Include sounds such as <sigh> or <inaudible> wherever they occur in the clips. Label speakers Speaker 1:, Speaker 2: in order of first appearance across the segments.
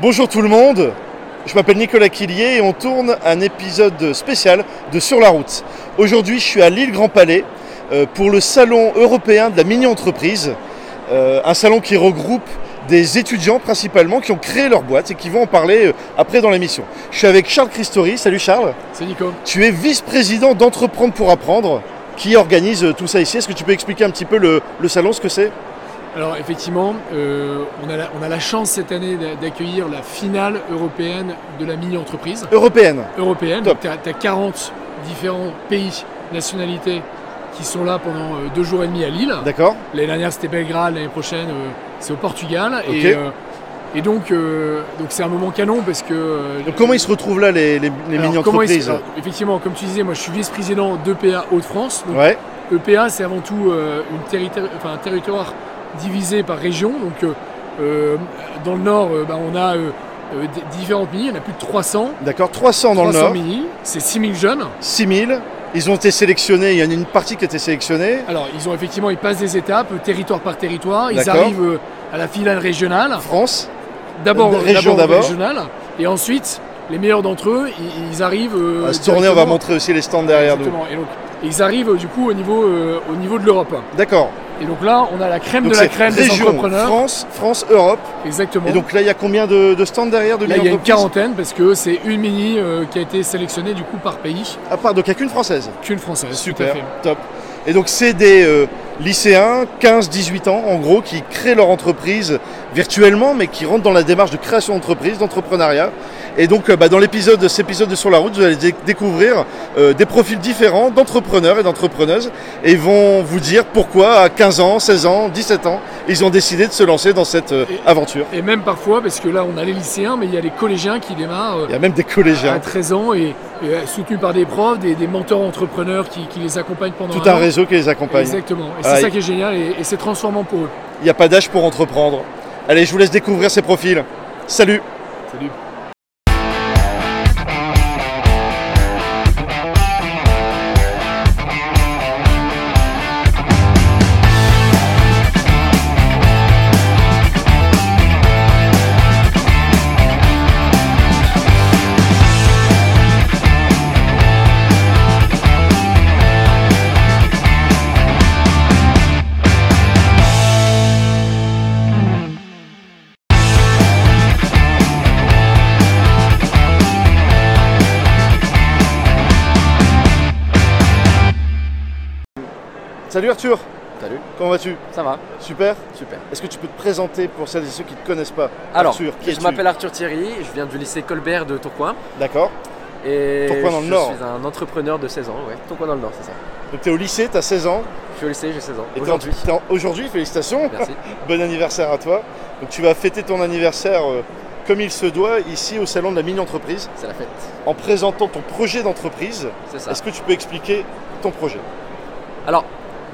Speaker 1: Bonjour tout le monde, je m'appelle Nicolas Quillier et on tourne un épisode spécial de Sur la route. Aujourd'hui je suis à l'île Grand Palais euh, pour le salon européen de la mini-entreprise, Euh, un salon qui regroupe des étudiants principalement qui ont créé leur boîte et qui vont en parler euh, après dans l'émission. Je suis avec Charles Christori, salut Charles,
Speaker 2: C'est Nico.
Speaker 1: tu es vice-président d'Entreprendre pour apprendre qui organise euh, tout ça ici. Est-ce que tu peux expliquer un petit peu le, le salon, ce que c'est
Speaker 2: Alors effectivement, euh, on, a la, on a la chance cette année d'a- d'accueillir la finale européenne de la mini-entreprise
Speaker 1: Européenne
Speaker 2: européenne.
Speaker 1: Top.
Speaker 2: Tu as, 40 différents pays, nationalités qui sont là pendant euh, deux jours et demi à Lille.
Speaker 1: D'accord
Speaker 2: L'année dernière c'était Belgrade, l'année prochaine euh, c'est au Portugal.
Speaker 1: Ok.
Speaker 2: Et, euh, et donc euh, donc c'est un moment canon parce que... euh,
Speaker 1: Donc comment ils se retrouvent là les, les- les
Speaker 2: alors, comment euh, est-ce-
Speaker 1: mini-entreprises
Speaker 2: alors, Effectivement, comme tu disais, moi je suis vice-président d'EPA Hauts-de-France. Donc,
Speaker 1: Ouais,
Speaker 2: EPA, E c'est avant tout euh, une territori- enfin, un territoire divisé par région. Donc, euh, euh, dans le nord, euh, bah, on a euh, euh, d- différentes mini. Il y en a plus de 300.
Speaker 1: d'accord. 300 dans
Speaker 2: 300
Speaker 1: le Nord.
Speaker 2: mini. C'est 6000 jeunes.
Speaker 1: 6000. Ils ont été sélectionnés, il y en a une partie qui a été sélectionnée.
Speaker 2: Alors, ils ont effectivement, ils passent des étapes, euh, territoire par territoire. Ils
Speaker 1: D'accord.
Speaker 2: arrivent euh, à la finale régionale.
Speaker 1: France,
Speaker 2: D'abord,
Speaker 1: Euh, région d'abord.
Speaker 2: régionale. Et ensuite, les meilleurs d'entre eux, ils, ils arrivent. euh,
Speaker 1: à se tourner, on va
Speaker 2: directement-
Speaker 1: montrer aussi les stands derrière nous.
Speaker 2: Exactement. Et donc, ils arrivent euh, du coup au niveau, euh, au niveau de l'Europe.
Speaker 1: D'accord.
Speaker 2: Et donc là, on a la crème
Speaker 1: Donc
Speaker 2: de la
Speaker 1: c'est
Speaker 2: crème des
Speaker 1: région,
Speaker 2: entrepreneurs.
Speaker 1: France, France, Europe.
Speaker 2: Exactement.
Speaker 1: Et donc là, il y a combien de, de stands derrière de
Speaker 2: Là, il y a une
Speaker 1: mini-entreprises
Speaker 2: quarantaine parce que c'est une mini euh, qui a été sélectionnée du coup par pays
Speaker 1: À part, donc il n'y a qu'une française.
Speaker 2: qu'une française.
Speaker 1: Super,
Speaker 2: Tout à fait.
Speaker 1: top. Et donc c'est des euh, lycéens, 15-18 ans en gros, qui créent leur entreprise virtuellement, mais qui rentrent dans la démarche de création d'entreprise, d'entrepreneuriat. Et donc euh, bah, dans l'épisode, cet épisode de Sur la route, vous allez dé- découvrir euh, des profils différents d'entrepreneurs et d'entrepreneuses, et vont vous dire pourquoi à 15 ans, 16 ans, 17 ans, ils ont décidé de se lancer dans cette euh,
Speaker 2: Et-
Speaker 1: aventure.
Speaker 2: Et même parfois, parce que là, on a les lycéens, mais il y a les collégiens qui démarrent euh,
Speaker 1: Il y a même des
Speaker 2: à
Speaker 1: collégiens,
Speaker 2: 13 ans et, et, euh, soutenus par des profs, des, des mentors entrepreneurs qui, qui les accompagnent pendant
Speaker 1: tout un réseau qui les
Speaker 2: an.
Speaker 1: accompagne.
Speaker 2: Exactement. Et
Speaker 1: Ah,
Speaker 2: c'est
Speaker 1: et-
Speaker 2: ça qui est génial et, et c'est transformant pour eux.
Speaker 1: Il n'y a pas d'âge pour entreprendre. Allez, je vous laisse découvrir ces profils. Salut
Speaker 2: Salut.
Speaker 1: Salut Arthur
Speaker 3: Salut.
Speaker 1: Comment vas-tu
Speaker 3: Ça va,
Speaker 1: Super
Speaker 3: super.
Speaker 1: Est-ce que tu peux te présenter pour celles et ceux qui ne te connaissent pas
Speaker 3: Alors,
Speaker 1: Arthur, qui
Speaker 3: je
Speaker 1: es-tu
Speaker 3: m'appelle Arthur Thierry, je viens du lycée Colbert de Tourcoing.
Speaker 1: D'accord.
Speaker 3: Et
Speaker 1: Tourcoing dans le
Speaker 3: je
Speaker 1: Nord.
Speaker 3: suis un entrepreneur de 16 ans, ouais. Tourcoing dans le Nord, c'est ça.
Speaker 1: Donc tu es au lycée, tu as 16 ans.
Speaker 3: Je suis au lycée, j'ai 16 ans.
Speaker 1: et t'es en-
Speaker 3: Aujourd'hui.
Speaker 1: t'es en- Aujourd'hui, félicitations.
Speaker 3: Merci.
Speaker 1: Bon anniversaire à toi. Donc tu vas fêter ton anniversaire euh, comme il se doit ici au salon de la mini-entreprise
Speaker 3: C'est la fête.
Speaker 1: en présentant ton projet d'entreprise.
Speaker 3: C'est ça.
Speaker 1: Est-ce que tu peux expliquer ton projet
Speaker 3: Alors,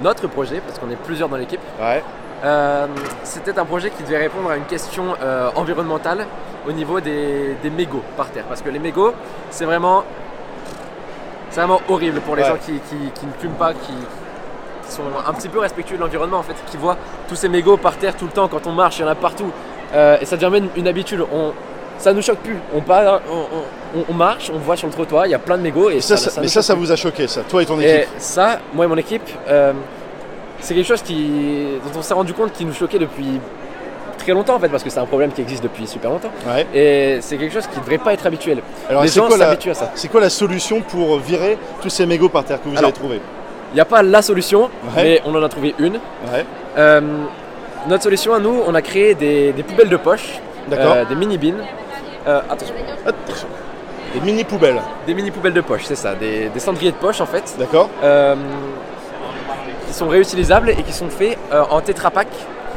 Speaker 3: notre projet, parce qu'on est plusieurs dans l'équipe,
Speaker 1: Ouais.
Speaker 3: euh, c'était un projet qui devait répondre à une question euh, environnementale au niveau des, des mégots par terre. Parce que les mégots, c'est vraiment. C'est vraiment horrible pour les
Speaker 1: Ouais.
Speaker 3: gens qui, qui- qui ne fument pas, qui, qui sont un petit peu respectueux de l'environnement en fait, qui voient tous ces mégots par terre tout le temps quand on marche, il y en a partout. Euh, et ça devient même une habitude. On, ça nous choque plus. On, part, on, on- on marche, on voit sur le trottoir, il y a plein de mégots. Et
Speaker 1: Et ça, ça-
Speaker 3: nous
Speaker 1: mais ça,
Speaker 3: choque
Speaker 1: ça vous a choqué, ça, toi et ton
Speaker 3: et
Speaker 1: équipe.
Speaker 3: ça, moi et mon équipe, euh, c'est quelque chose qui, dont on s'est rendu compte qui nous choquait depuis très longtemps en fait, parce que c'est un problème qui existe depuis super longtemps.
Speaker 1: Ouais.
Speaker 3: Et c'est quelque chose qui ne devrait pas être habituel.
Speaker 1: Alors,
Speaker 3: Les
Speaker 1: c'est
Speaker 3: gens
Speaker 1: quoi, la...
Speaker 3: s'habituent à ça.
Speaker 1: c'est quoi la solution pour virer tous ces mégots par terre que vous
Speaker 3: Alors-
Speaker 1: avez trouvés
Speaker 3: Il n'y a pas la solution,
Speaker 1: Ouais.
Speaker 3: mais on en a trouvé une.
Speaker 1: Ouais.
Speaker 3: Euh, notre solution à nous, on a créé des, des poubelles de poche,
Speaker 1: D'accord.
Speaker 3: euh, des mini bins. Euh, attention,
Speaker 1: Attention. Des mini poubelles.
Speaker 3: des mini poubelles de poche, c'est ça, des, des cendriers de poche en fait,
Speaker 1: D'accord.
Speaker 3: euh, qui sont réutilisables et qui sont faits euh, en Tetra Pak.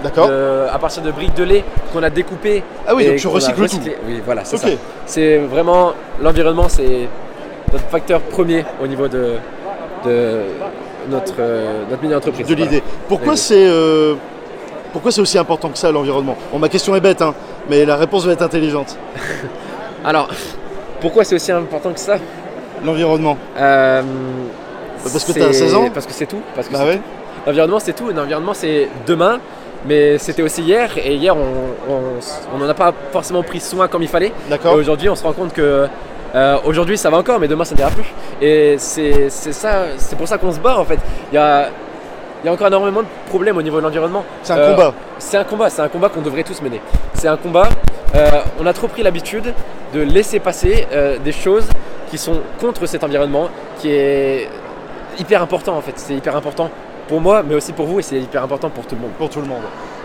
Speaker 1: D'accord.
Speaker 3: de- Euh, à partir de briques de lait qu'on a découpées.
Speaker 1: Ah oui,
Speaker 3: et
Speaker 1: donc tu
Speaker 3: qu'on a
Speaker 1: recycles tout.
Speaker 3: recyclées. Oui, voilà, c'est
Speaker 1: Ok.
Speaker 3: ça. C'est vraiment l'environnement, c'est notre facteur premier au niveau de, de notre, euh, notre mini-entreprise.
Speaker 1: de l'idée. Pourquoi
Speaker 3: Oui.
Speaker 1: c'est euh, pourquoi c'est aussi important que ça l'environnement Bon, ma question est bête, hein, mais la réponse va être intelligente.
Speaker 3: Voilà. Alors, <laughs> pourquoi c'est aussi important que ça
Speaker 1: L'environnement.
Speaker 3: Euh,
Speaker 1: Parce que
Speaker 3: c'est-
Speaker 1: t'as 16 ans
Speaker 3: Parce que c'est tout. Parce que
Speaker 1: Bah
Speaker 3: c'est
Speaker 1: ouais.
Speaker 3: tout. L'environnement, c'est tout. L'environnement, c'est demain. Mais c'était aussi hier, et hier, on- on s- on n'en a pas forcément pris soin comme il fallait. Et
Speaker 1: D'accord
Speaker 3: Aujourd'hui, on se rend compte que euh, aujourd'hui ça va encore, mais demain ça n'ira plus. Et c'est c'est ça, c'est pour ça qu'on se bat en fait. Il y a, il y a encore énormément de problèmes au niveau de l'environnement.
Speaker 1: C'est un
Speaker 3: euh,
Speaker 1: combat.
Speaker 3: C'est un combat, c'est un combat qu'on devrait tous mener. C'est un combat. euh, on a trop pris l'habitude de laisser passer euh, des choses qui sont contre cet environnement, qui est hyper important en fait. C'est hyper important pour moi, mais aussi pour vous, et c'est hyper important pour tout le monde.
Speaker 1: pour tout le monde.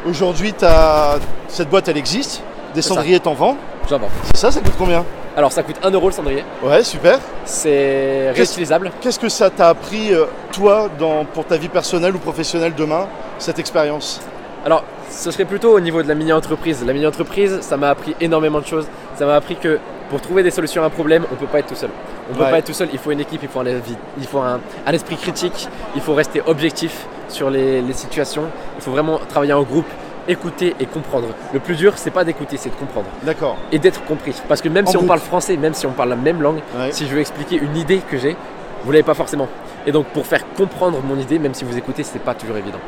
Speaker 1: Aujourd'hui, t'as- cette boîte, elle existe. Des
Speaker 3: C'est ça.
Speaker 1: cendriers t'en vends.
Speaker 3: J'en vends.
Speaker 1: C'est ça, ça coûte combien
Speaker 3: Alors ça coûte 1€ euro le cendrier.
Speaker 1: Ouais, super.
Speaker 3: C'est
Speaker 1: Qu'est-ce-
Speaker 3: réutilisable.
Speaker 1: Qu'est-ce que ça t'a appris, euh, toi, dans, pour ta vie personnelle ou professionnelle demain, cette expérience
Speaker 3: Alors, ce serait plutôt au niveau de la mini-entreprise. La mini-entreprise, ça m'a appris énormément de choses. Ça m'a appris que pour trouver des solutions à un problème, on ne peut pas être tout seul. On ne peut
Speaker 1: Ouais.
Speaker 3: pas être tout seul, il faut une équipe, il faut un, avis- il faut un, un esprit critique, il faut rester objectif sur les, les situations, il faut vraiment travailler en groupe, écouter et comprendre. Le plus dur, c'est pas d'écouter, c'est de comprendre
Speaker 1: D'accord.
Speaker 3: et d'être compris. Parce que même
Speaker 1: En
Speaker 3: si on
Speaker 1: groupe.
Speaker 3: parle français, même si on parle la même langue,
Speaker 1: Ouais.
Speaker 3: si je veux expliquer une idée que j'ai, vous l'avez pas forcément. Et donc pour faire comprendre mon idée, même si vous écoutez, c'est pas toujours évident.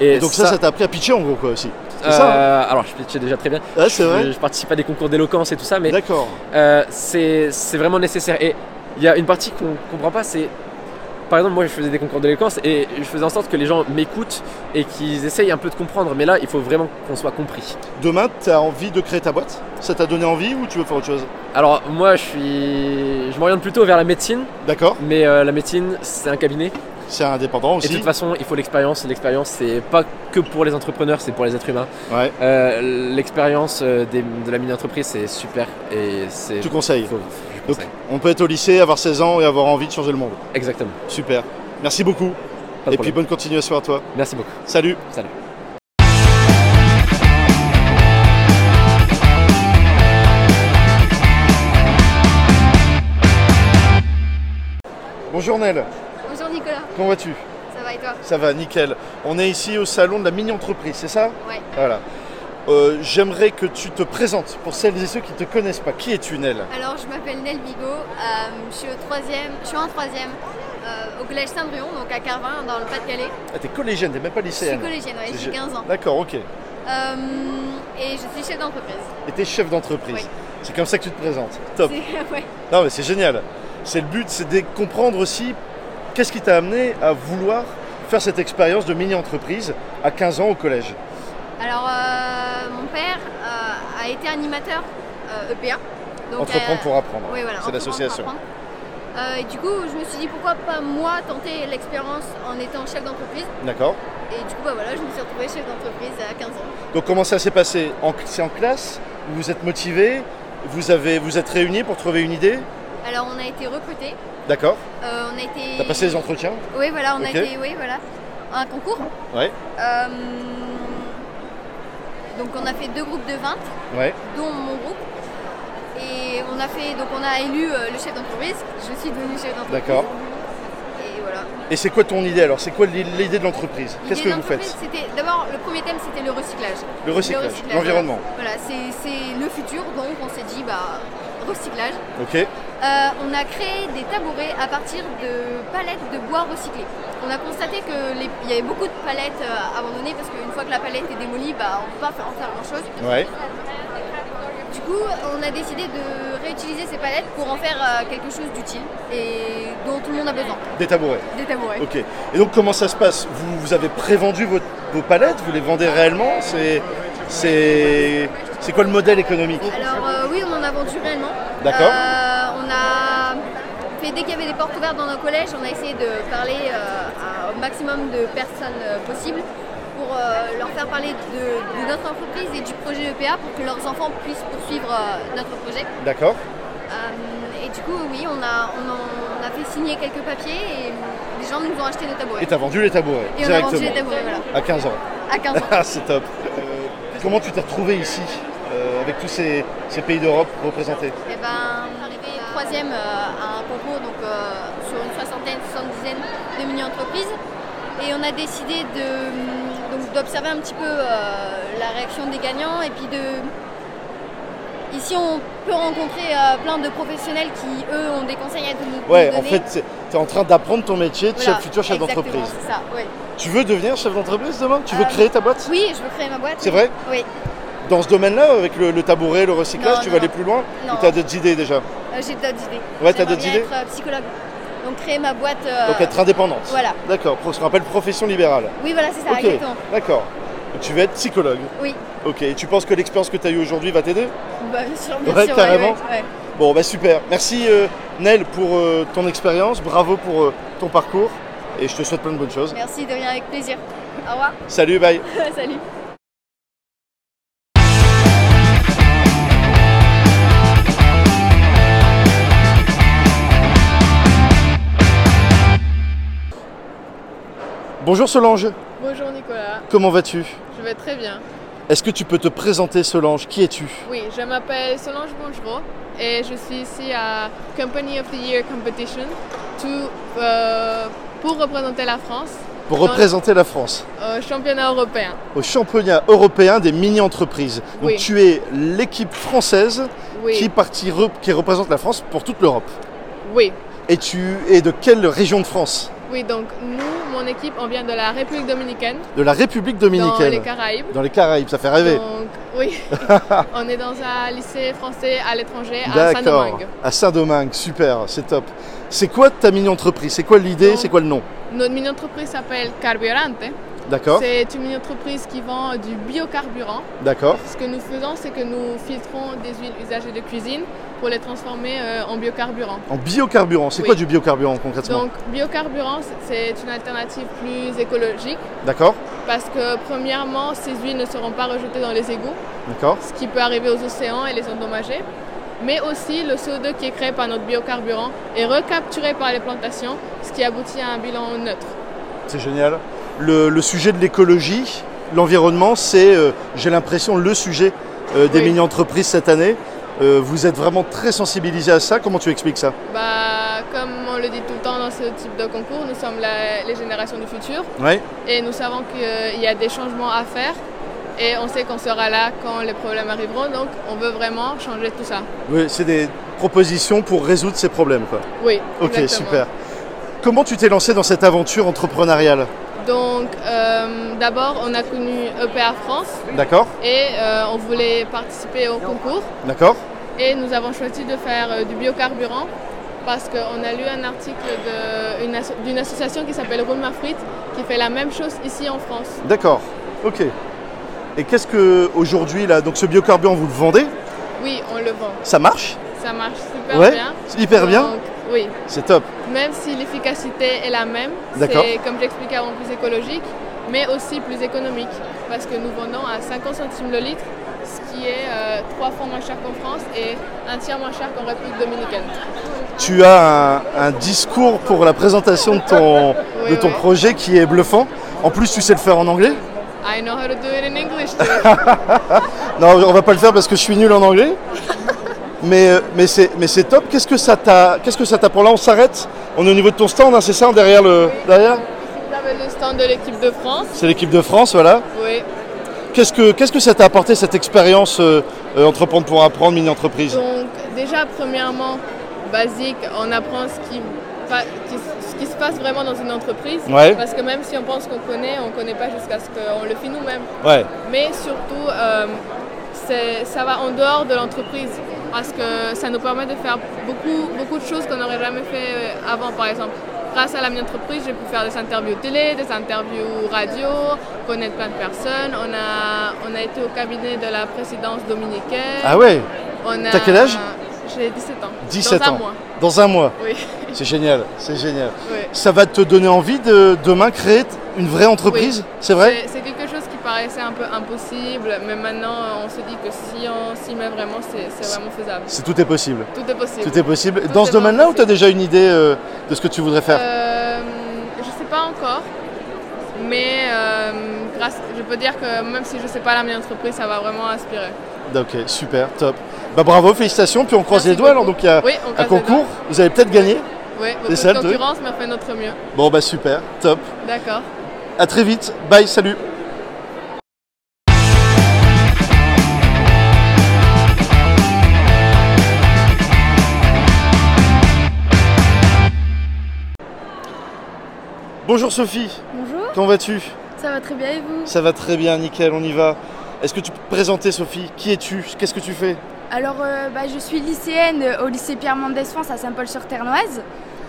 Speaker 1: Et donc ça, ça t'a appris à pitcher en gros, quoi, aussi. C'est ça
Speaker 3: euh, Alors, je pitchais déjà très bien.
Speaker 1: Ouais, c'est vrai.
Speaker 3: Je, je participe à des concours d'éloquence et tout ça, mais
Speaker 1: D'accord.
Speaker 3: euh, c'est c'est vraiment nécessaire. Et il y a une partie qu'on comprend pas, c'est. Par exemple, moi, je faisais des concours d'éloquence et je faisais en sorte que les gens m'écoutent et qu'ils essayent un peu de comprendre. Mais là, il faut vraiment qu'on soit compris.
Speaker 1: Demain, t'as envie de créer ta boîte Ça t'a donné envie ou tu veux faire autre chose
Speaker 3: Alors, moi, je suis. Je m'oriente plutôt vers la médecine,
Speaker 1: D'accord.
Speaker 3: mais euh, la médecine, c'est un cabinet.
Speaker 1: C'est indépendant
Speaker 3: Et de
Speaker 1: aussi.
Speaker 3: toute façon, il faut l'expérience. L'expérience, c'est pas que pour les entrepreneurs, c'est pour les êtres humains.
Speaker 1: Ouais.
Speaker 3: Euh, l'expérience euh, des- de la mini-entreprise, c'est super et c'est.
Speaker 1: Tu conseilles.
Speaker 3: Faut- je
Speaker 1: Donc-
Speaker 3: conseille.
Speaker 1: On peut être au lycée, avoir 16 ans et avoir envie de changer le monde.
Speaker 3: Exactement.
Speaker 1: Super. Merci beaucoup. et
Speaker 3: Pas de
Speaker 1: puis
Speaker 3: problème.
Speaker 1: bonne continuation à toi.
Speaker 3: Merci beaucoup.
Speaker 1: Salut.
Speaker 3: Salut.
Speaker 1: Bonjour Nel,
Speaker 4: Bonjour Nicolas,
Speaker 1: comment vas-tu
Speaker 4: ça va et toi
Speaker 1: Ça va, nickel. On est ici au salon de la mini-entreprise, c'est ça
Speaker 4: Ouais.
Speaker 1: Voilà. Euh, J'aimerais que tu te présentes pour celles et ceux qui ne te connaissent pas. Qui es-tu Nel
Speaker 4: Alors je m'appelle Nel Bigot, euh, je suis au troisième, je suis en troisième euh, au collège Saint-Druon, donc à Carvin dans le Pas-de-Calais.
Speaker 1: ah, T'es collégienne, t'es même pas
Speaker 4: Je suis
Speaker 1: lycéenne.
Speaker 4: collégienne, ouais,
Speaker 1: C'est
Speaker 4: j'ai
Speaker 1: gé-
Speaker 4: 15 ans.
Speaker 1: D'accord, ok. Et
Speaker 4: Euh, et je suis chef d'entreprise.
Speaker 1: t'es chef d'entreprise.
Speaker 4: Oui.
Speaker 1: C'est comme ça que tu te présentes. Top.
Speaker 4: <laughs> C'est- ouais.
Speaker 1: Non mais c'est génial. C'est le but, c'est de comprendre aussi qu'est-ce qui t'a amené à vouloir faire cette expérience de mini-entreprise à 15 ans au collège.
Speaker 4: Alors euh, mon père euh, a été animateur euh, EPA. Donc,
Speaker 1: Entreprendre
Speaker 4: euh,
Speaker 1: pour apprendre.
Speaker 4: Oui, voilà,
Speaker 1: c'est
Speaker 4: entreprendre
Speaker 1: l'association.
Speaker 4: pour apprendre. Euh, et du coup, je me suis dit pourquoi pas moi tenter l'expérience en étant chef d'entreprise.
Speaker 1: D'accord.
Speaker 4: Et du coup, bah voilà, je me suis retrouvée chef d'entreprise à 15 ans.
Speaker 1: Donc comment ça s'est passé En- C'est en classe Vous vous êtes motivé vous, avez, vous êtes réunis pour trouver une idée
Speaker 4: Alors on a été recrutés,
Speaker 1: D'accord.
Speaker 4: euh, on a été.
Speaker 1: T'as passé les entretiens
Speaker 4: Oui, voilà, on
Speaker 1: Ok.
Speaker 4: a été, oui, voilà, un concours.
Speaker 1: Ouais.
Speaker 4: Euh, donc on a fait deux groupes de 20,
Speaker 1: Ouais.
Speaker 4: dont mon groupe. Et on a fait, donc on a élu euh, le chef d'entreprise. Je suis devenue chef d'entreprise.
Speaker 1: D'accord.
Speaker 4: Et voilà.
Speaker 1: Et c'est quoi ton idée alors C'est quoi l'idée de l'entreprise Qu'est-ce que
Speaker 4: L'idée
Speaker 1: vous
Speaker 4: d'entreprise,
Speaker 1: faites
Speaker 4: C'était d'abord le premier thème, c'était le recyclage.
Speaker 1: Le
Speaker 4: Le
Speaker 1: recyclage,
Speaker 4: recyclage,
Speaker 1: l'environnement.
Speaker 4: Voilà, c'est c'est le futur, donc on s'est dit bah recyclage.
Speaker 1: Ok.
Speaker 4: Euh, on a créé des tabourets à partir de palettes de bois recyclé. On a constaté qu'il y avait beaucoup de palettes euh, abandonnées parce qu'une fois que la palette est démolie, bah, on ne peut pas faire- en faire grand-chose.
Speaker 1: Ouais.
Speaker 4: Du coup, on a décidé de réutiliser ces palettes pour en faire euh, quelque chose d'utile et dont tout le monde a besoin,
Speaker 1: Des tabourets.
Speaker 4: des tabourets.
Speaker 1: Ok. Et donc comment ça se passe vous, vous avez prévendu vos, vos palettes Vous les vendez réellement C'est c'est c'est quoi le modèle économique
Speaker 4: Alors euh, oui, on en a vendu réellement.
Speaker 1: D'accord.
Speaker 4: Euh, on a fait dès qu'il y avait des portes ouvertes dans nos collèges, on a essayé de parler euh, à- au maximum de personnes euh, possibles pour euh, leur faire parler de, de notre entreprise et du projet EPA pour que leurs enfants puissent poursuivre euh, notre projet.
Speaker 1: D'accord.
Speaker 4: Euh, et du coup, oui, on a, on en- on a fait signer quelques papiers et euh, les gens nous ont acheté nos tabourets.
Speaker 1: Et t'as vendu les tabourets
Speaker 4: Et on a
Speaker 1: directement
Speaker 4: vendu les tabourets, voilà,
Speaker 1: à 15 ans.
Speaker 4: à 15 ans.
Speaker 1: Ah, c'est top. Euh, comment tu t'es retrouvé ici euh, avec tous ces, ces pays d'Europe représentés
Speaker 4: Eh ben, on est arrivé troisième euh, à un concours donc, euh, sur une soixantaine, soixante-dizaine de mini-entreprises. Et on a décidé de, hum, donc, d'observer un petit peu euh, la réaction des gagnants. Et puis de. Ici, on peut rencontrer euh, plein de professionnels qui, eux, ont des conseils à nous nous
Speaker 1: Ouais,
Speaker 4: donner.
Speaker 1: en fait, c'est- tu es en train d'apprendre ton métier de
Speaker 4: Voilà,
Speaker 1: chef futur chef
Speaker 4: exactement,
Speaker 1: d'entreprise.
Speaker 4: C'est ça, oui.
Speaker 1: Tu veux devenir chef d'entreprise demain Tu veux
Speaker 4: Euh,
Speaker 1: créer ta boîte
Speaker 4: Oui, je veux créer ma boîte.
Speaker 1: C'est
Speaker 4: oui.
Speaker 1: vrai
Speaker 4: Oui.
Speaker 1: Dans ce domaine-là, avec le, le tabouret, le recyclage,
Speaker 4: Non,
Speaker 1: tu
Speaker 4: non,
Speaker 1: vas aller
Speaker 4: non.
Speaker 1: plus loin
Speaker 4: Non,
Speaker 1: Ou tu as d'autres idées déjà
Speaker 4: euh, j'ai d'autres idées.
Speaker 1: Ouais, t'as
Speaker 4: J'aimerais
Speaker 1: d'autres
Speaker 4: bien
Speaker 1: idées
Speaker 4: être euh, psychologue. Donc créer ma boîte. euh,
Speaker 1: Donc être indépendante.
Speaker 4: voilà.
Speaker 1: D'accord, ce qu'on appelle profession libérale.
Speaker 4: Oui, voilà, c'est ça,
Speaker 1: Ok.
Speaker 4: exactement.
Speaker 1: D'accord. Donc Tu vas être psychologue.
Speaker 4: Oui,
Speaker 1: Ok, et tu penses que l'expérience que tu as eue aujourd'hui va t'aider
Speaker 4: bah, bien sûr, bien
Speaker 1: Ouais,
Speaker 4: sûr.
Speaker 1: carrément.
Speaker 4: ouais, ouais.
Speaker 1: Bon, bah super. Merci euh, Nel pour euh, ton expérience, bravo pour euh, ton parcours et je te souhaite plein de bonnes choses.
Speaker 4: Merci, de venir avec plaisir. Au revoir, <laughs>
Speaker 1: Salut, bye.
Speaker 4: salut.
Speaker 1: Bonjour Solange,
Speaker 5: Bonjour Nicolas,
Speaker 1: comment vas-tu
Speaker 5: je vais très bien.
Speaker 1: Est-ce que tu peux te présenter Solange Qui es-tu
Speaker 5: Oui, je m'appelle Solange Bongereau et je suis ici à Company of the Year Competition tout, euh, pour représenter la France
Speaker 1: Pour
Speaker 5: Non.
Speaker 1: représenter la France
Speaker 5: au championnat européen.
Speaker 1: au championnat européen des mini-entreprises. Donc
Speaker 5: Oui.
Speaker 1: tu es l'équipe française
Speaker 5: Oui,
Speaker 1: qui, partie re- qui représente la France pour toute l'Europe.
Speaker 5: oui,
Speaker 1: Et tu es de quelle région de France
Speaker 5: oui. Donc nous, mon équipe, on vient de la République dominicaine,
Speaker 1: De la République
Speaker 5: dans les
Speaker 1: dominicaine.
Speaker 5: Caraïbes.
Speaker 1: Dans les Caraïbes, ça fait rêver.
Speaker 5: Donc
Speaker 1: <laughs>
Speaker 5: oui, on est dans un lycée français à l'étranger à
Speaker 1: D'accord.
Speaker 5: Saint-Domingue.
Speaker 1: À Saint-Domingue, super, c'est top. C'est quoi ta mini-entreprise C'est quoi l'idée
Speaker 5: Donc-
Speaker 1: C'est quoi le nom
Speaker 5: Notre mini-entreprise s'appelle Carburante.
Speaker 1: D'accord,
Speaker 5: C'est une mini-entreprise qui vend du biocarburant.
Speaker 1: d'accord.
Speaker 5: Ce que nous faisons, c'est que nous filtrons des huiles usagées de cuisine pour les transformer euh, en biocarburant.
Speaker 1: En biocarburant, c'est
Speaker 5: Oui.
Speaker 1: quoi du biocarburant concrètement
Speaker 5: Donc, biocarburant, c- c'est une alternative plus écologique
Speaker 1: D'accord,
Speaker 5: parce que, premièrement, ces huiles ne seront pas rejetées dans les égouts,
Speaker 1: d'accord.
Speaker 5: ce qui peut arriver aux océans et les endommager. Mais aussi, le CO2 qui est créé par notre biocarburant est recapturé par les plantations, ce qui aboutit à un bilan neutre.
Speaker 1: C'est génial. Le, le sujet de l'écologie, l'environnement, c'est, euh, j'ai l'impression, le sujet euh, des
Speaker 5: Oui.
Speaker 1: mini-entreprises cette année. Euh, vous êtes vraiment très sensibilisé à ça. Comment tu expliques ça
Speaker 5: Bah, comme on le dit tout le temps dans ce type de concours, nous sommes la- les générations du futur.
Speaker 1: Oui.
Speaker 5: et nous savons qu'il y a des changements à faire et on sait qu'on sera là quand les problèmes arriveront, donc on veut vraiment changer tout ça.
Speaker 1: Oui, c'est des propositions pour résoudre ces problèmes. quoi.
Speaker 5: Oui.
Speaker 1: Ok,
Speaker 5: exactement.
Speaker 1: super. Comment tu t'es lancé dans cette aventure entrepreneuriale
Speaker 5: Donc euh, d'abord on a connu EPA France
Speaker 1: D'accord,
Speaker 5: et euh, on voulait participer au concours
Speaker 1: d'accord.
Speaker 5: et nous avons choisi de faire euh, du biocarburant parce qu'on a lu un article de- une asso- d'une association qui s'appelle Rouma Frites qui fait la même chose ici en France.
Speaker 1: D'accord, ok. Et qu'est-ce que aujourd'hui là, donc ce biocarburant vous le vendez,
Speaker 5: Oui, on le vend.
Speaker 1: ça marche
Speaker 5: Ça marche super
Speaker 1: Ouais,
Speaker 5: bien. Euh, ah
Speaker 1: C'est hyper bien,
Speaker 5: Donc, oui.
Speaker 1: c'est top.
Speaker 5: Même si l'efficacité est la même,
Speaker 1: D'accord.
Speaker 5: c'est comme j'expliquais avant plus écologique, mais aussi plus économique, parce que nous vendons à 50 centimes le litre, ce qui est euh, trois fois moins cher qu'en France et un tiers moins cher qu'en République dominicaine.
Speaker 1: Tu as un, un discours pour la présentation de ton,
Speaker 5: <laughs> Oui,
Speaker 1: de ton
Speaker 5: oui.
Speaker 1: projet qui est bluffant. En plus, tu sais le faire en anglais
Speaker 5: I know how to do it in English.
Speaker 1: <laughs>
Speaker 5: too.
Speaker 1: Non, on va pas le faire parce que je suis nul en
Speaker 5: <laughs>
Speaker 1: anglais. Mais, euh, mais c'est mais c'est top. Qu'est-ce que ça t'a qu'est-ce que ça t'apprend là On s'arrête. On est au niveau de ton stand, hein, c'est ça derrière le derrière.
Speaker 5: Vous avez le stand de l'équipe de France.
Speaker 1: C'est l'équipe de France, voilà.
Speaker 5: Oui.
Speaker 1: Qu'est-ce que qu'est-ce que ça t'a apporté cette expérience euh, euh, entreprendre pour apprendre mini entreprise
Speaker 5: Donc déjà, premièrement, basique, on apprend ce qui, pa- qui s- ce qui se passe vraiment dans une entreprise.
Speaker 1: Ouais.
Speaker 5: Parce que même si on pense qu'on connaît, on ne connaît pas jusqu'à ce qu'on le fait nous-mêmes.
Speaker 1: Ouais.
Speaker 5: mais surtout euh, c'est- ça va en dehors de l'entreprise parce que ça nous permet de faire beaucoup, beaucoup de choses qu'on n'aurait jamais fait euh, avant par exemple. Grâce à la mini entreprise, j'ai pu faire des interviews télé, des interviews radio, connaître plein de personnes. On a, on a été au cabinet de la présidence dominicaine.
Speaker 1: Ah ouais.
Speaker 5: On a-
Speaker 1: T'as quel âge
Speaker 5: J'ai 17 ans.
Speaker 1: 17
Speaker 5: Dans un
Speaker 1: ans.
Speaker 5: mois.
Speaker 1: Dans un mois.
Speaker 5: Oui.
Speaker 1: C'est génial, c'est génial.
Speaker 5: oui.
Speaker 1: Ça va te donner envie de demain créer t- une vraie entreprise C'est vrai
Speaker 5: C'est- C'est quelque chose qui paraissait un peu impossible, mais maintenant on se dit que si on s'y met vraiment, c'est c'est vraiment faisable.
Speaker 1: C'est tout est possible.
Speaker 5: Tout est possible.
Speaker 1: Tout est possible.
Speaker 5: Tout
Speaker 1: Dans
Speaker 5: est
Speaker 1: ce domaine-là, ou
Speaker 5: possible.
Speaker 1: t'as déjà une idée euh, de ce que tu voudrais faire
Speaker 5: Euh, je sais pas encore, mais euh, grâce, je peux dire que même si je sais pas la mienne entreprise, ça va vraiment inspirer.
Speaker 1: Ok, super, top. Bah bravo, félicitations. Puis on croise
Speaker 5: Euh. Merci
Speaker 1: les doigts. Alors
Speaker 5: beaucoup.
Speaker 1: donc il y a
Speaker 5: Oui, on
Speaker 1: Ah, un
Speaker 5: passe
Speaker 1: concours. Vous allez peut-être gagner.
Speaker 5: dedans. Oui, beaucoup
Speaker 1: Des salles
Speaker 5: de
Speaker 1: de-
Speaker 5: concurrence, mais on fait notre mieux.
Speaker 1: Bon bah super, top.
Speaker 5: D'accord.
Speaker 1: À très vite. Bye, salut. Bonjour Sophie,
Speaker 4: Bonjour,
Speaker 1: comment vas-tu
Speaker 4: ça va très bien et vous
Speaker 1: Ça va très bien, nickel, on y va. Est-ce que tu peux te présenter Sophie Qui es-tu Qu'est-ce que tu fais
Speaker 4: Alors, euh, bah, je suis lycéenne au lycée Pierre Mendès France à Saint-Paul-sur-Ternoise.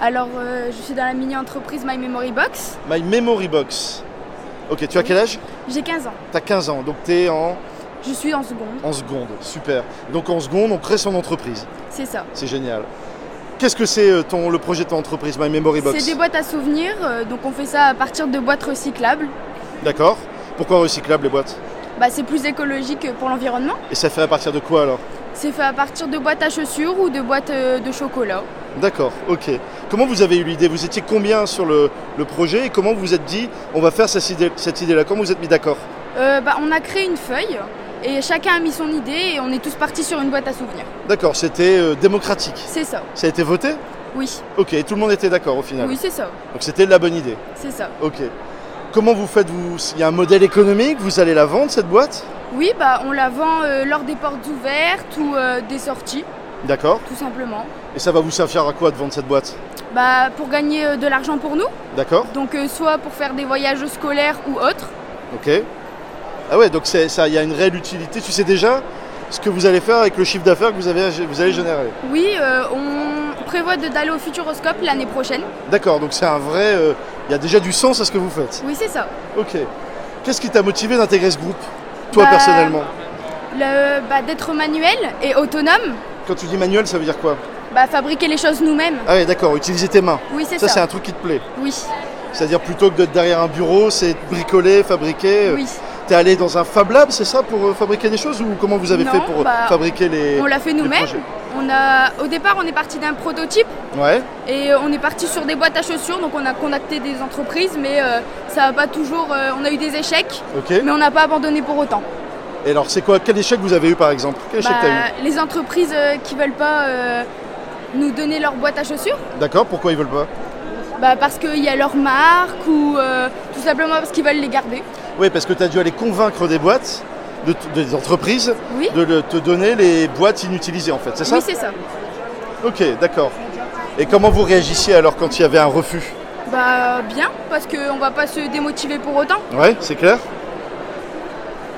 Speaker 4: Alors, euh, je suis dans la mini-entreprise My Memory Box.
Speaker 1: My Memory Box. Ok, tu as quel âge
Speaker 4: J'ai 15 ans.
Speaker 1: T'as 15 ans, donc t'es en,
Speaker 4: Je suis en seconde,
Speaker 1: en seconde, super. Donc en seconde, on crée son entreprise,
Speaker 4: c'est ça.
Speaker 1: c'est génial. Qu'est-ce que c'est euh, ton, le projet de ton entreprise, My Memory
Speaker 4: C'est
Speaker 1: Box
Speaker 4: des boîtes à souvenirs, euh, donc on fait ça à partir de boîtes recyclables.
Speaker 1: D'accord. Pourquoi recyclables les boîtes
Speaker 4: Bah, c'est plus écologique pour l'environnement.
Speaker 1: Et ça fait à partir de quoi alors
Speaker 4: C'est fait à partir de boîtes à chaussures ou de boîtes euh, de chocolat.
Speaker 1: D'accord, ok. Comment vous avez eu l'idée Vous étiez combien sur le, le projet et comment vous vous êtes dit on va faire cette idée- cette idée-là Comment vous êtes mis d'accord
Speaker 4: Euh, bah, on a créé une feuille et chacun a mis son idée et on est tous partis sur une boîte à souvenirs.
Speaker 1: D'accord, c'était euh, démocratique.
Speaker 4: C'est ça,
Speaker 1: Ça a été voté
Speaker 4: oui.
Speaker 1: Ok, tout le monde était d'accord au final.
Speaker 4: Oui, c'est ça,
Speaker 1: Donc c'était la bonne idée.
Speaker 4: c'est ça.
Speaker 1: Ok. Comment vous faites vous Il y a un modèle économique Vous allez la vendre cette boîte
Speaker 4: Oui, bah, on la vend euh, lors des portes ouvertes ou euh, des sorties,
Speaker 1: D'accord.
Speaker 4: tout simplement.
Speaker 1: Et ça va vous servir à quoi de vendre cette boîte
Speaker 4: Bah, pour gagner euh, de l'argent pour nous,
Speaker 1: D'accord.
Speaker 4: donc euh, soit pour faire des voyages scolaires ou autres.
Speaker 1: Ok. Ah ouais, donc c'est ça, il y a une réelle utilité. Tu sais déjà ce que vous allez faire avec le chiffre d'affaires que vous, avez, vous allez générer.
Speaker 4: Oui, euh, on prévoit de- d'aller au Futuroscope l'année prochaine.
Speaker 1: D'accord, donc c'est un vrai. euh, Il y a déjà du sens à ce que vous faites.
Speaker 4: Oui, c'est ça.
Speaker 1: Ok. Qu'est-ce qui t'a motivé d'intégrer ce groupe Toi
Speaker 4: Bah-
Speaker 1: personnellement
Speaker 4: Le, bah, d'être manuel et autonome,
Speaker 1: Quand tu dis manuel, ça veut dire quoi
Speaker 4: bah, fabriquer les choses nous-mêmes.
Speaker 1: Ah ouais, d'accord, utiliser tes mains.
Speaker 4: Oui, c'est
Speaker 1: Ça,
Speaker 4: ça.
Speaker 1: c'est un truc qui te plaît.
Speaker 4: Oui,
Speaker 1: C'est-à-dire plutôt que d'être derrière un bureau, c'est bricoler, fabriquer. euh,
Speaker 4: oui.
Speaker 1: T'es allé dans un Fab Lab, c'est ça, pour euh, fabriquer des choses Ou comment vous avez
Speaker 4: Non,
Speaker 1: fait pour euh,
Speaker 4: bah,
Speaker 1: fabriquer les.
Speaker 4: On l'a fait
Speaker 1: projets.
Speaker 4: nous-mêmes. On a, au départ, on est parti d'un prototype
Speaker 1: Ouais,
Speaker 4: et euh, on est parti sur des boîtes à chaussures. Donc, on a contacté des entreprises, mais euh, ça n'a pas toujours. euh, on a eu des échecs,
Speaker 1: ok.
Speaker 4: mais on n'a pas abandonné pour autant.
Speaker 1: Et alors, c'est quoi Quel échec vous avez eu par exemple Quel échec
Speaker 4: Bah,
Speaker 1: t'as
Speaker 4: les entreprises euh, qui veulent pas euh, nous donner leur boîte à chaussures,
Speaker 1: eu D'accord, pourquoi ils veulent pas
Speaker 4: bah, parce qu'il y a leur marque ou euh, tout simplement parce qu'ils veulent les garder.
Speaker 1: Oui, parce que t'as dû aller convaincre des boîtes, de t- des entreprises,
Speaker 4: Oui,
Speaker 1: de le- te donner les boîtes inutilisées en fait, c'est ça
Speaker 4: oui c'est ça.
Speaker 1: Ok, d'accord. Et comment vous réagissiez alors quand il y avait un refus
Speaker 4: Bah bien, parce qu'on va pas se démotiver pour autant.
Speaker 1: Ouais, c'est clair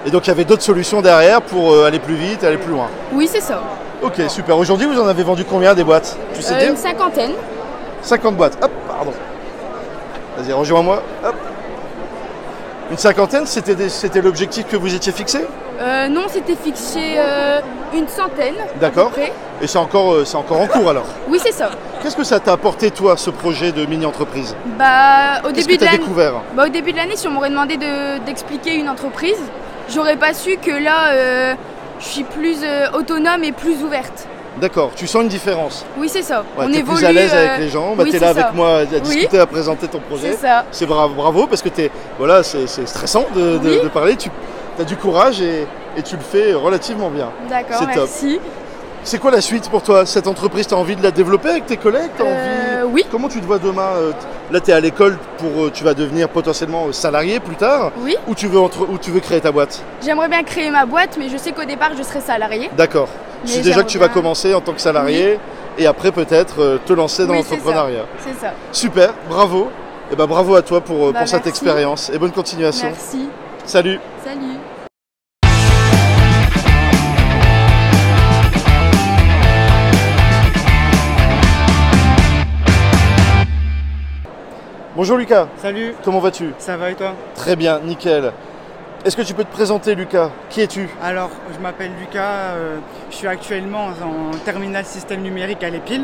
Speaker 1: Et donc il y avait d'autres solutions derrière pour euh, aller plus vite, aller plus loin.
Speaker 4: Oui, c'est ça.
Speaker 1: Ok, super. Aujourd'hui, vous en avez vendu combien des boîtes Tu sais
Speaker 4: Euh,
Speaker 1: dire
Speaker 4: une cinquantaine.
Speaker 1: 50 boîtes. Hop, pardon. Vas-y, rejoins-moi. Hop. Une cinquantaine, c'était des- c'était l'objectif que vous étiez fixé
Speaker 4: Euh, non, c'était fixé euh, une centaine. à peu
Speaker 1: D'accord.
Speaker 4: près.
Speaker 1: Et c'est encore, euh, c'est encore en cours alors.
Speaker 4: Oui, c'est ça.
Speaker 1: Qu'est-ce que ça t'a apporté toi, ce projet de mini-entreprise
Speaker 4: Bah au
Speaker 1: Qu'est-ce
Speaker 4: début
Speaker 1: que
Speaker 4: de
Speaker 1: t'as
Speaker 4: l'année.
Speaker 1: découvert
Speaker 4: Bah, au début de l'année, si on m'aurait demandé de- d'expliquer une entreprise, j'aurais pas su que là, euh, je suis plus euh, autonome et plus ouverte. Tu
Speaker 1: Tu sens une différence
Speaker 4: Oui, c'est ça.
Speaker 1: Ouais,
Speaker 4: on
Speaker 1: t'es
Speaker 4: évolue.
Speaker 1: plus à l'aise
Speaker 4: euh,
Speaker 1: avec les gens, bah,
Speaker 4: oui,
Speaker 1: t'es
Speaker 4: c'est
Speaker 1: là
Speaker 4: ça.
Speaker 1: avec moi à discuter, à présenter ton projet.
Speaker 4: C'est ça.
Speaker 1: C'est bravo, bravo parce que t'es, voilà, c'est c'est stressant de, de-
Speaker 4: Oui.
Speaker 1: de parler, tu as du courage et, et tu le fais relativement bien.
Speaker 4: D'accord,
Speaker 1: C'est top.
Speaker 4: merci.
Speaker 1: C'est quoi la suite pour toi Cette entreprise, t'as envie de la développer avec tes collègues T'as
Speaker 4: Euh,
Speaker 1: envie...
Speaker 4: oui,
Speaker 1: Comment tu te vois demain euh, t- Là, t'es à l'école, pour, euh, tu vas devenir potentiellement euh, salarié plus tard
Speaker 4: oui.
Speaker 1: ou tu, veux entre... ou tu veux créer ta boîte
Speaker 4: J'aimerais bien créer ma boîte, mais je sais qu'au départ, je serai salariée.
Speaker 1: D'accord. Tu
Speaker 4: Mais
Speaker 1: sais déjà que tu vas
Speaker 4: j'aimerais bien-
Speaker 1: commencer en tant que salarié et après peut-être euh, te lancer dans
Speaker 4: Oui, c'est ça.
Speaker 1: l'entrepreneuriat.
Speaker 4: C'est ça.
Speaker 1: Super, bravo. Et ben bravo à toi pour, euh,
Speaker 4: Bah,
Speaker 1: pour cette
Speaker 4: merci.
Speaker 1: expérience et bonne continuation.
Speaker 4: Merci.
Speaker 1: Salut.
Speaker 4: Salut.
Speaker 1: Bonjour Lucas,
Speaker 6: Salut,
Speaker 1: comment vas-tu
Speaker 6: ça va et toi
Speaker 1: Très bien, nickel. Est-ce que tu peux te présenter Lucas Qui es-tu
Speaker 6: Alors, je m'appelle Lucas, euh, je suis actuellement en terminale système numérique à l'Épile.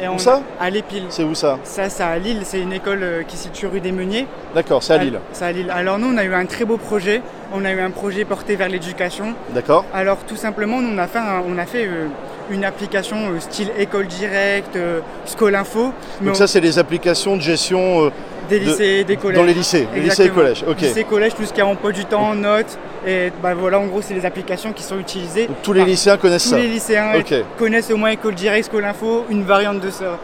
Speaker 6: Et on
Speaker 1: ça
Speaker 6: À l'Épile.
Speaker 1: C'est où ça
Speaker 6: Ça, c'est à Lille, c'est une école euh, qui se situe rue des Meuniers.
Speaker 1: D'accord, c'est à Lille.
Speaker 6: C'est à Lille. Alors, nous, on a eu un très beau projet. On a eu un projet porté vers l'éducation.
Speaker 1: D'accord
Speaker 6: Alors, tout simplement, nous, on a fait, un- on a fait euh, une application euh, style école directe, euh, Scolinfo, mais
Speaker 1: Donc
Speaker 6: on-
Speaker 1: ça c'est les applications de gestion euh,
Speaker 6: des
Speaker 1: de-
Speaker 6: lycées, des collèges.
Speaker 1: dans les lycées, les lycées et
Speaker 6: Exactement.
Speaker 1: collèges. Ok.
Speaker 6: Lycée, collège, tout ce qui est emploi du temps, notes. Et bah, voilà, en gros, c'est les applications qui sont utilisées.
Speaker 1: Donc tous les
Speaker 6: par-
Speaker 1: lycéens connaissent
Speaker 6: Tous
Speaker 1: ça.
Speaker 6: les lycéens
Speaker 1: Ok.
Speaker 6: connaissent au moins École Direct, École Info, une variante de ça.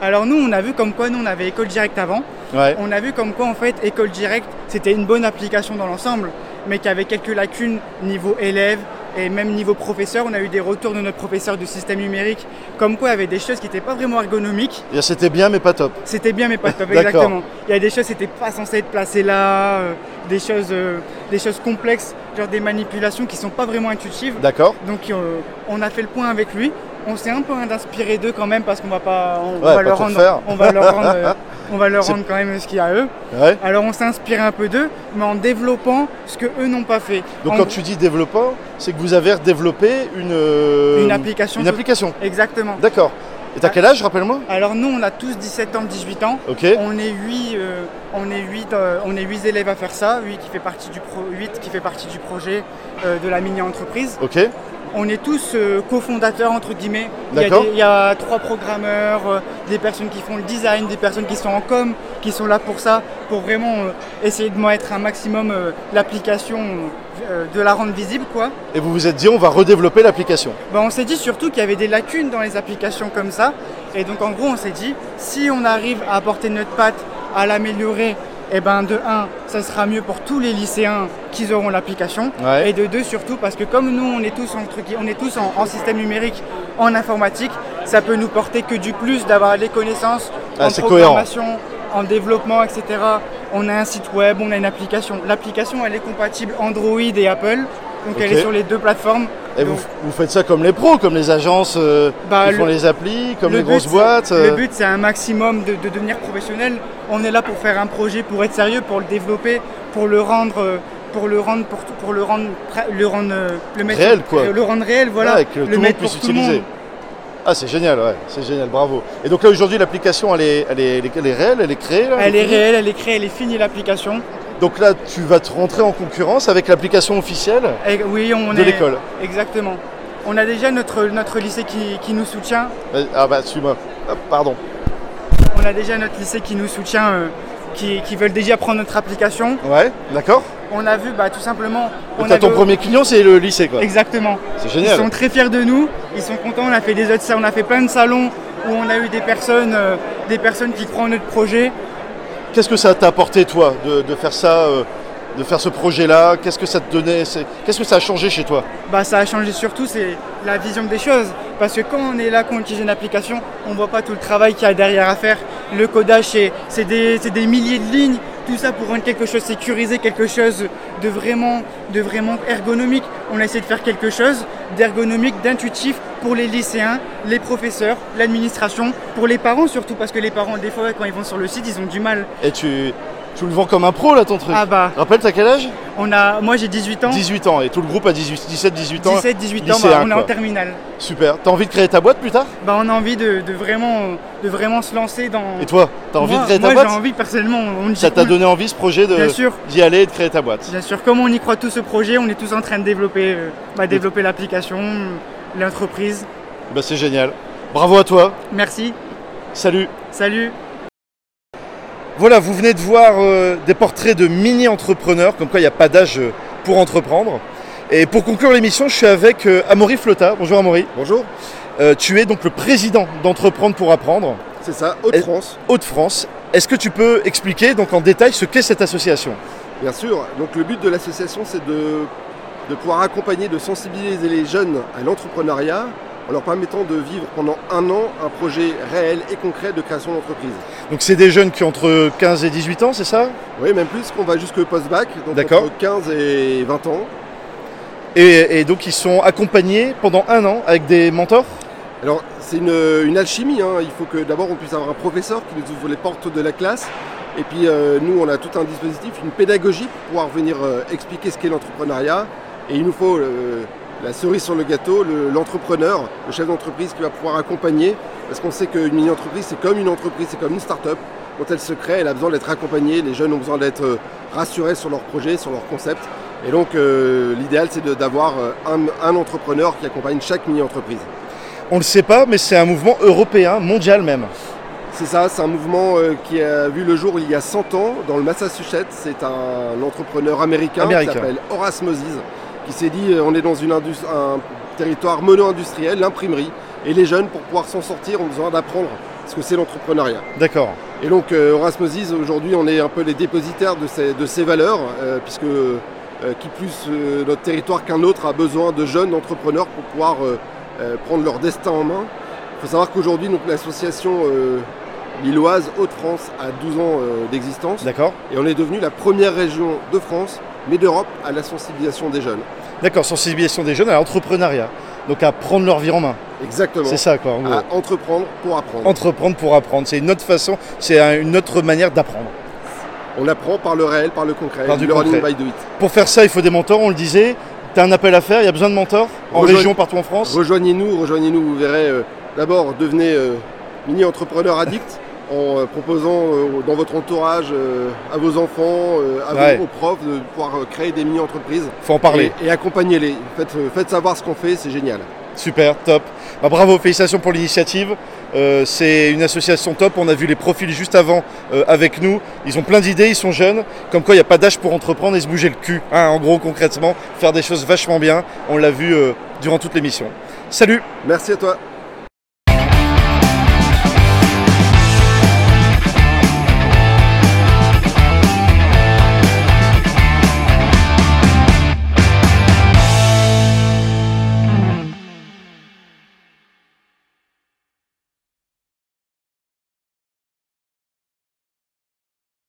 Speaker 6: Alors nous, on a vu comme quoi, nous, on avait École Direct avant.
Speaker 1: Ouais.
Speaker 6: On a vu comme quoi, en fait, École Direct, c'était une bonne application dans l'ensemble, mais qui avait quelques lacunes niveau élèves, Et même niveau professeur, on a eu des retours de notre professeur du système numérique, comme quoi il y avait des choses qui n'étaient pas vraiment ergonomiques.
Speaker 1: Et C'était Eh bien, mais pas top.
Speaker 6: C'était bien, mais pas
Speaker 1: <laughs>
Speaker 6: top,
Speaker 1: D'accord.
Speaker 6: exactement. Il y a des choses qui n'étaient pas censées être placées là, euh, des, choses, euh, des choses complexes, genre des manipulations qui sont pas vraiment intuitives.
Speaker 1: D'accord.
Speaker 6: Donc euh, on a fait le point avec lui. On s'est un peu inspiré d'eux quand même parce qu'on va pas, on, on
Speaker 1: Ouais,
Speaker 6: va
Speaker 1: pas
Speaker 6: leur
Speaker 1: tout
Speaker 6: rendre,
Speaker 1: faire.
Speaker 6: on va leur
Speaker 1: <laughs>
Speaker 6: rendre, euh, on va leur
Speaker 1: C'est-
Speaker 6: rendre quand même ce qu'il y a à eux.
Speaker 1: Ouais.
Speaker 6: Alors on s'est inspiré un peu d'eux, mais en développant ce que eux n'ont pas fait.
Speaker 1: Donc
Speaker 6: En-
Speaker 1: quand tu dis développant, c'est que vous avez développé une, euh,
Speaker 6: une application.
Speaker 1: une
Speaker 6: sur-
Speaker 1: application.
Speaker 6: Exactement.
Speaker 1: D'accord. Et t'as
Speaker 6: Ah.
Speaker 1: quel âge, rappelle-moi
Speaker 6: Alors nous, on a tous 17 ans, 18 ans.
Speaker 1: Ok.
Speaker 6: On est 8, on est huit, euh, on est huit élèves à faire ça, 8 qui fait partie du, pro, huit qui fait partie du projet euh, de la mini-entreprise.
Speaker 1: Ok.
Speaker 6: On est tous euh, cofondateurs, entre guillemets. Il y, a
Speaker 1: D'accord.
Speaker 6: des- il y a trois programmeurs, euh, des personnes qui font le design, des personnes qui sont en com, qui sont là pour ça, pour vraiment euh, essayer de mettre un maximum euh, l'application, euh, de la rendre visible, quoi.
Speaker 1: Et vous vous êtes dit, on va redévelopper l'application.
Speaker 6: Bah, on s'est dit surtout qu'il y avait des lacunes dans les applications comme ça. Et donc en gros, on s'est dit, si on arrive à apporter notre patte, à l'améliorer, et ben de un, ça sera mieux pour tous les lycéens qui auront l'application.
Speaker 1: Ouais.
Speaker 6: Et de deux, surtout parce que comme nous, on est tous, en, truc- on est tous en, en système numérique, en informatique, ça peut nous porter que du plus d'avoir les connaissances
Speaker 1: Ah,
Speaker 6: en
Speaker 1: c'est cohérent.
Speaker 6: programmation, en développement, etc. On a un site web, on a une application. L'application, elle est compatible Android et Apple. Donc
Speaker 1: Ok.
Speaker 6: elle est sur les deux plateformes.
Speaker 1: Et
Speaker 6: Donc,
Speaker 1: vous, vous faites ça comme les pros, comme les agences euh,
Speaker 6: Bah,
Speaker 1: qui
Speaker 6: le-
Speaker 1: font les applis, comme
Speaker 6: le
Speaker 1: les
Speaker 6: but,
Speaker 1: grosses
Speaker 6: c'est-
Speaker 1: boîtes. euh,
Speaker 6: Le but, c'est un maximum de, de devenir professionnel. On est là pour faire un projet, pour être sérieux, pour le développer, pour le rendre, euh, pour le rendre, pour, tout- pour le rendre, pra- le rendre, euh, le mettre
Speaker 1: Réel, quoi.
Speaker 6: euh, Le rendre réel, voilà.
Speaker 1: ouais, que
Speaker 6: le
Speaker 1: tout le monde
Speaker 6: mettre
Speaker 1: puisse
Speaker 6: pour tout le monde.
Speaker 1: utiliser. Ah, c'est génial, ouais, c'est génial, bravo. Et donc là, aujourd'hui, l'application, elle est, elle, est, elle, est, elle est réelle, elle est créée là,
Speaker 6: Elle est
Speaker 1: finie
Speaker 6: réelle, elle est créée, elle est finie l'application.
Speaker 1: Donc là, tu vas te rentrer en concurrence avec l'application officielle
Speaker 6: Et Oui, on
Speaker 1: de
Speaker 6: est.
Speaker 1: l'école.
Speaker 6: Exactement. On a déjà notre, notre lycée qui, qui nous soutient.
Speaker 1: Euh, Ah bah, suis-moi. Hop, pardon.
Speaker 6: On a déjà notre lycée qui nous soutient, euh, qui, qui veulent déjà prendre notre application.
Speaker 1: Ouais, d'accord.
Speaker 6: On a vu, bah, tout simplement. on
Speaker 1: Donc t'as ton
Speaker 6: avait-
Speaker 1: premier client, c'est le lycée, quoi.
Speaker 6: Exactement.
Speaker 1: C'est
Speaker 6: Ils
Speaker 1: génial.
Speaker 6: sont très fiers de nous, ils sont contents, on a fait des autres, on a fait plein de salons où on a eu des personnes, euh, des personnes qui croient en notre projet.
Speaker 1: Qu'est-ce que ça t'a apporté, toi, de, de faire ça, euh, de faire ce projet-là Qu'est-ce que ça te donnait C'est- Qu'est-ce que ça a changé chez toi
Speaker 6: Bah ça a changé surtout c'est la vision des choses. Parce que quand on est là, quand on utilise une application, on voit pas tout le travail qu'il y a derrière à faire. Le codage c'est c'est des, c'est des milliers de lignes, tout ça pour rendre quelque chose sécurisé, quelque chose de vraiment, de vraiment ergonomique. On a essayé de faire quelque chose d'ergonomique, d'intuitif pour les lycéens, les professeurs, l'administration, pour les parents surtout, parce que les parents des fois quand ils vont sur le site ils ont du mal.
Speaker 1: Et tu, tu le vends comme un pro, là, ton truc
Speaker 6: Ah bah
Speaker 1: Rappelle, t'as quel âge
Speaker 6: on a. Moi j'ai 18 ans.
Speaker 1: 18 ans. Et tout le groupe a 18, 17, 18 ans.
Speaker 6: 17, 18 ans, bah,
Speaker 1: lycéen,
Speaker 6: on est en
Speaker 1: quoi.
Speaker 6: terminale.
Speaker 1: Super. T'as envie de créer ta boîte plus tard
Speaker 6: bah, on a envie de, de vraiment, de vraiment se lancer dans.
Speaker 1: Et toi, t'as envie
Speaker 6: Moi-
Speaker 1: de créer ta
Speaker 6: moi,
Speaker 1: boîte
Speaker 6: J'ai envie personnellement. On y
Speaker 1: Ça t'a
Speaker 6: coule.
Speaker 1: donné euh, envie, ce projet, de-
Speaker 6: Bien sûr,
Speaker 1: d'y aller et de créer ta boîte
Speaker 6: bien sûr. Comme on y croit tout ce projet, on est tous en train de développer, euh, bah, développer l'application, euh, l'entreprise.
Speaker 1: Bah, c'est génial. Bravo à toi.
Speaker 6: Merci.
Speaker 1: Salut.
Speaker 6: Salut.
Speaker 1: Voilà, vous venez de voir euh, des portraits de mini-entrepreneurs, comme quoi il n'y a pas d'âge euh, pour entreprendre. Et pour conclure l'émission, je suis avec euh, Amaury Flotta. Bonjour Amaury. Bonjour. tu es donc le président d'Entreprendre pour apprendre,
Speaker 7: C'est ça, Haute-France.
Speaker 1: Hauts-de-France. Est-ce que tu peux expliquer donc en détail ce qu'est cette association
Speaker 7: Bien sûr. Donc le but de l'association, c'est de, de pouvoir accompagner, de sensibiliser les jeunes à l'entrepreneuriat en leur permettant de vivre pendant un an un projet réel et concret de création d'entreprise.
Speaker 1: Donc c'est des jeunes qui ont entre 15 et 18 ans, c'est ça
Speaker 7: Oui, même plus qu'on va jusque post-bac, donc
Speaker 1: D'accord.
Speaker 7: entre 15 et 20 ans.
Speaker 1: et, et donc ils sont accompagnés pendant un an avec des mentors
Speaker 7: Alors c'est une, une alchimie, hein. il faut que d'abord on puisse avoir un professeur qui nous ouvre les portes de la classe. Et puis euh, nous on a tout un dispositif, une pédagogie pour pouvoir venir euh, expliquer ce qu'est l'entrepreneuriat. Et il nous faut euh, la cerise sur le gâteau, le- l'entrepreneur, le, chef d'entreprise qui va pouvoir accompagner. Parce qu'on sait qu'une mini-entreprise c'est comme une entreprise, c'est comme une start-up. Quand elle se crée, elle a besoin d'être accompagnée, les jeunes ont besoin d'être euh, rassurés sur leur projet, sur leur concept. Et donc euh, l'idéal c'est de- d'avoir euh, un- un entrepreneur qui accompagne chaque mini-entreprise.
Speaker 1: On ne le sait pas, mais c'est un mouvement européen, mondial même.
Speaker 7: C'est ça, c'est un mouvement euh, qui a vu le jour il y a 100 ans dans le Massachusetts. C'est un entrepreneur américain,
Speaker 1: Américain.
Speaker 7: qui s'appelle Horace Moses qui s'est dit euh, on est dans une indus- un territoire mono-industriel, l'imprimerie. Et les jeunes, pour pouvoir s'en sortir, ont besoin d'apprendre ce que c'est l'entrepreneuriat.
Speaker 1: D'accord.
Speaker 7: Et donc euh, Horace Moses, aujourd'hui, on est un peu les dépositaires de ces, de ces valeurs, euh, puisque euh, euh, qui plus euh, notre territoire qu'un autre a besoin de jeunes entrepreneurs pour pouvoir euh, euh, prendre leur destin en main. Il faut savoir qu'aujourd'hui, donc, l'association euh, lilloise Haute-France a 12 ans euh, d'existence
Speaker 1: D'accord
Speaker 7: et on est devenu la première région de France, mais d'Europe, à la sensibilisation des jeunes.
Speaker 1: D'accord, sensibilisation des jeunes à l'entrepreneuriat. Donc à prendre leur vie en main.
Speaker 7: Exactement. Ah.
Speaker 1: C'est ça quoi, en gros.
Speaker 7: À entreprendre pour apprendre.
Speaker 1: Entreprendre pour apprendre. C'est une autre façon, c'est un- une autre manière d'apprendre.
Speaker 7: On apprend par le réel, par le concret.
Speaker 1: Par du
Speaker 7: learning
Speaker 1: concret.
Speaker 7: by doing.
Speaker 1: Pour faire ça, il faut des mentors, on le disait. Tu as un appel à faire, il y a besoin de mentors en
Speaker 7: Rejoigne-
Speaker 1: région, partout en France.
Speaker 7: Rejoignez-nous, rejoignez-nous, vous verrez. euh, D'abord, devenez euh, mini-entrepreneur addict en euh, proposant euh, dans votre entourage, euh, à vos enfants, euh, à vos-
Speaker 1: Ouais.
Speaker 7: aux profs, de pouvoir euh, créer des mini-entreprises
Speaker 1: faut en parler.
Speaker 7: et, et accompagnez-les. Faites, euh, faites savoir ce qu'on fait, c'est génial.
Speaker 1: Super, top. Bah, bravo, félicitations pour l'initiative. Euh, c'est une association top. On a vu les profils juste avant euh, avec nous. Ils ont plein d'idées, ils sont jeunes. Comme quoi, il n'y a pas d'âge pour entreprendre et se bouger le cul. hein, en gros, concrètement, faire des choses vachement bien. On l'a vu euh, durant toute l'émission. Salut
Speaker 7: Merci à toi.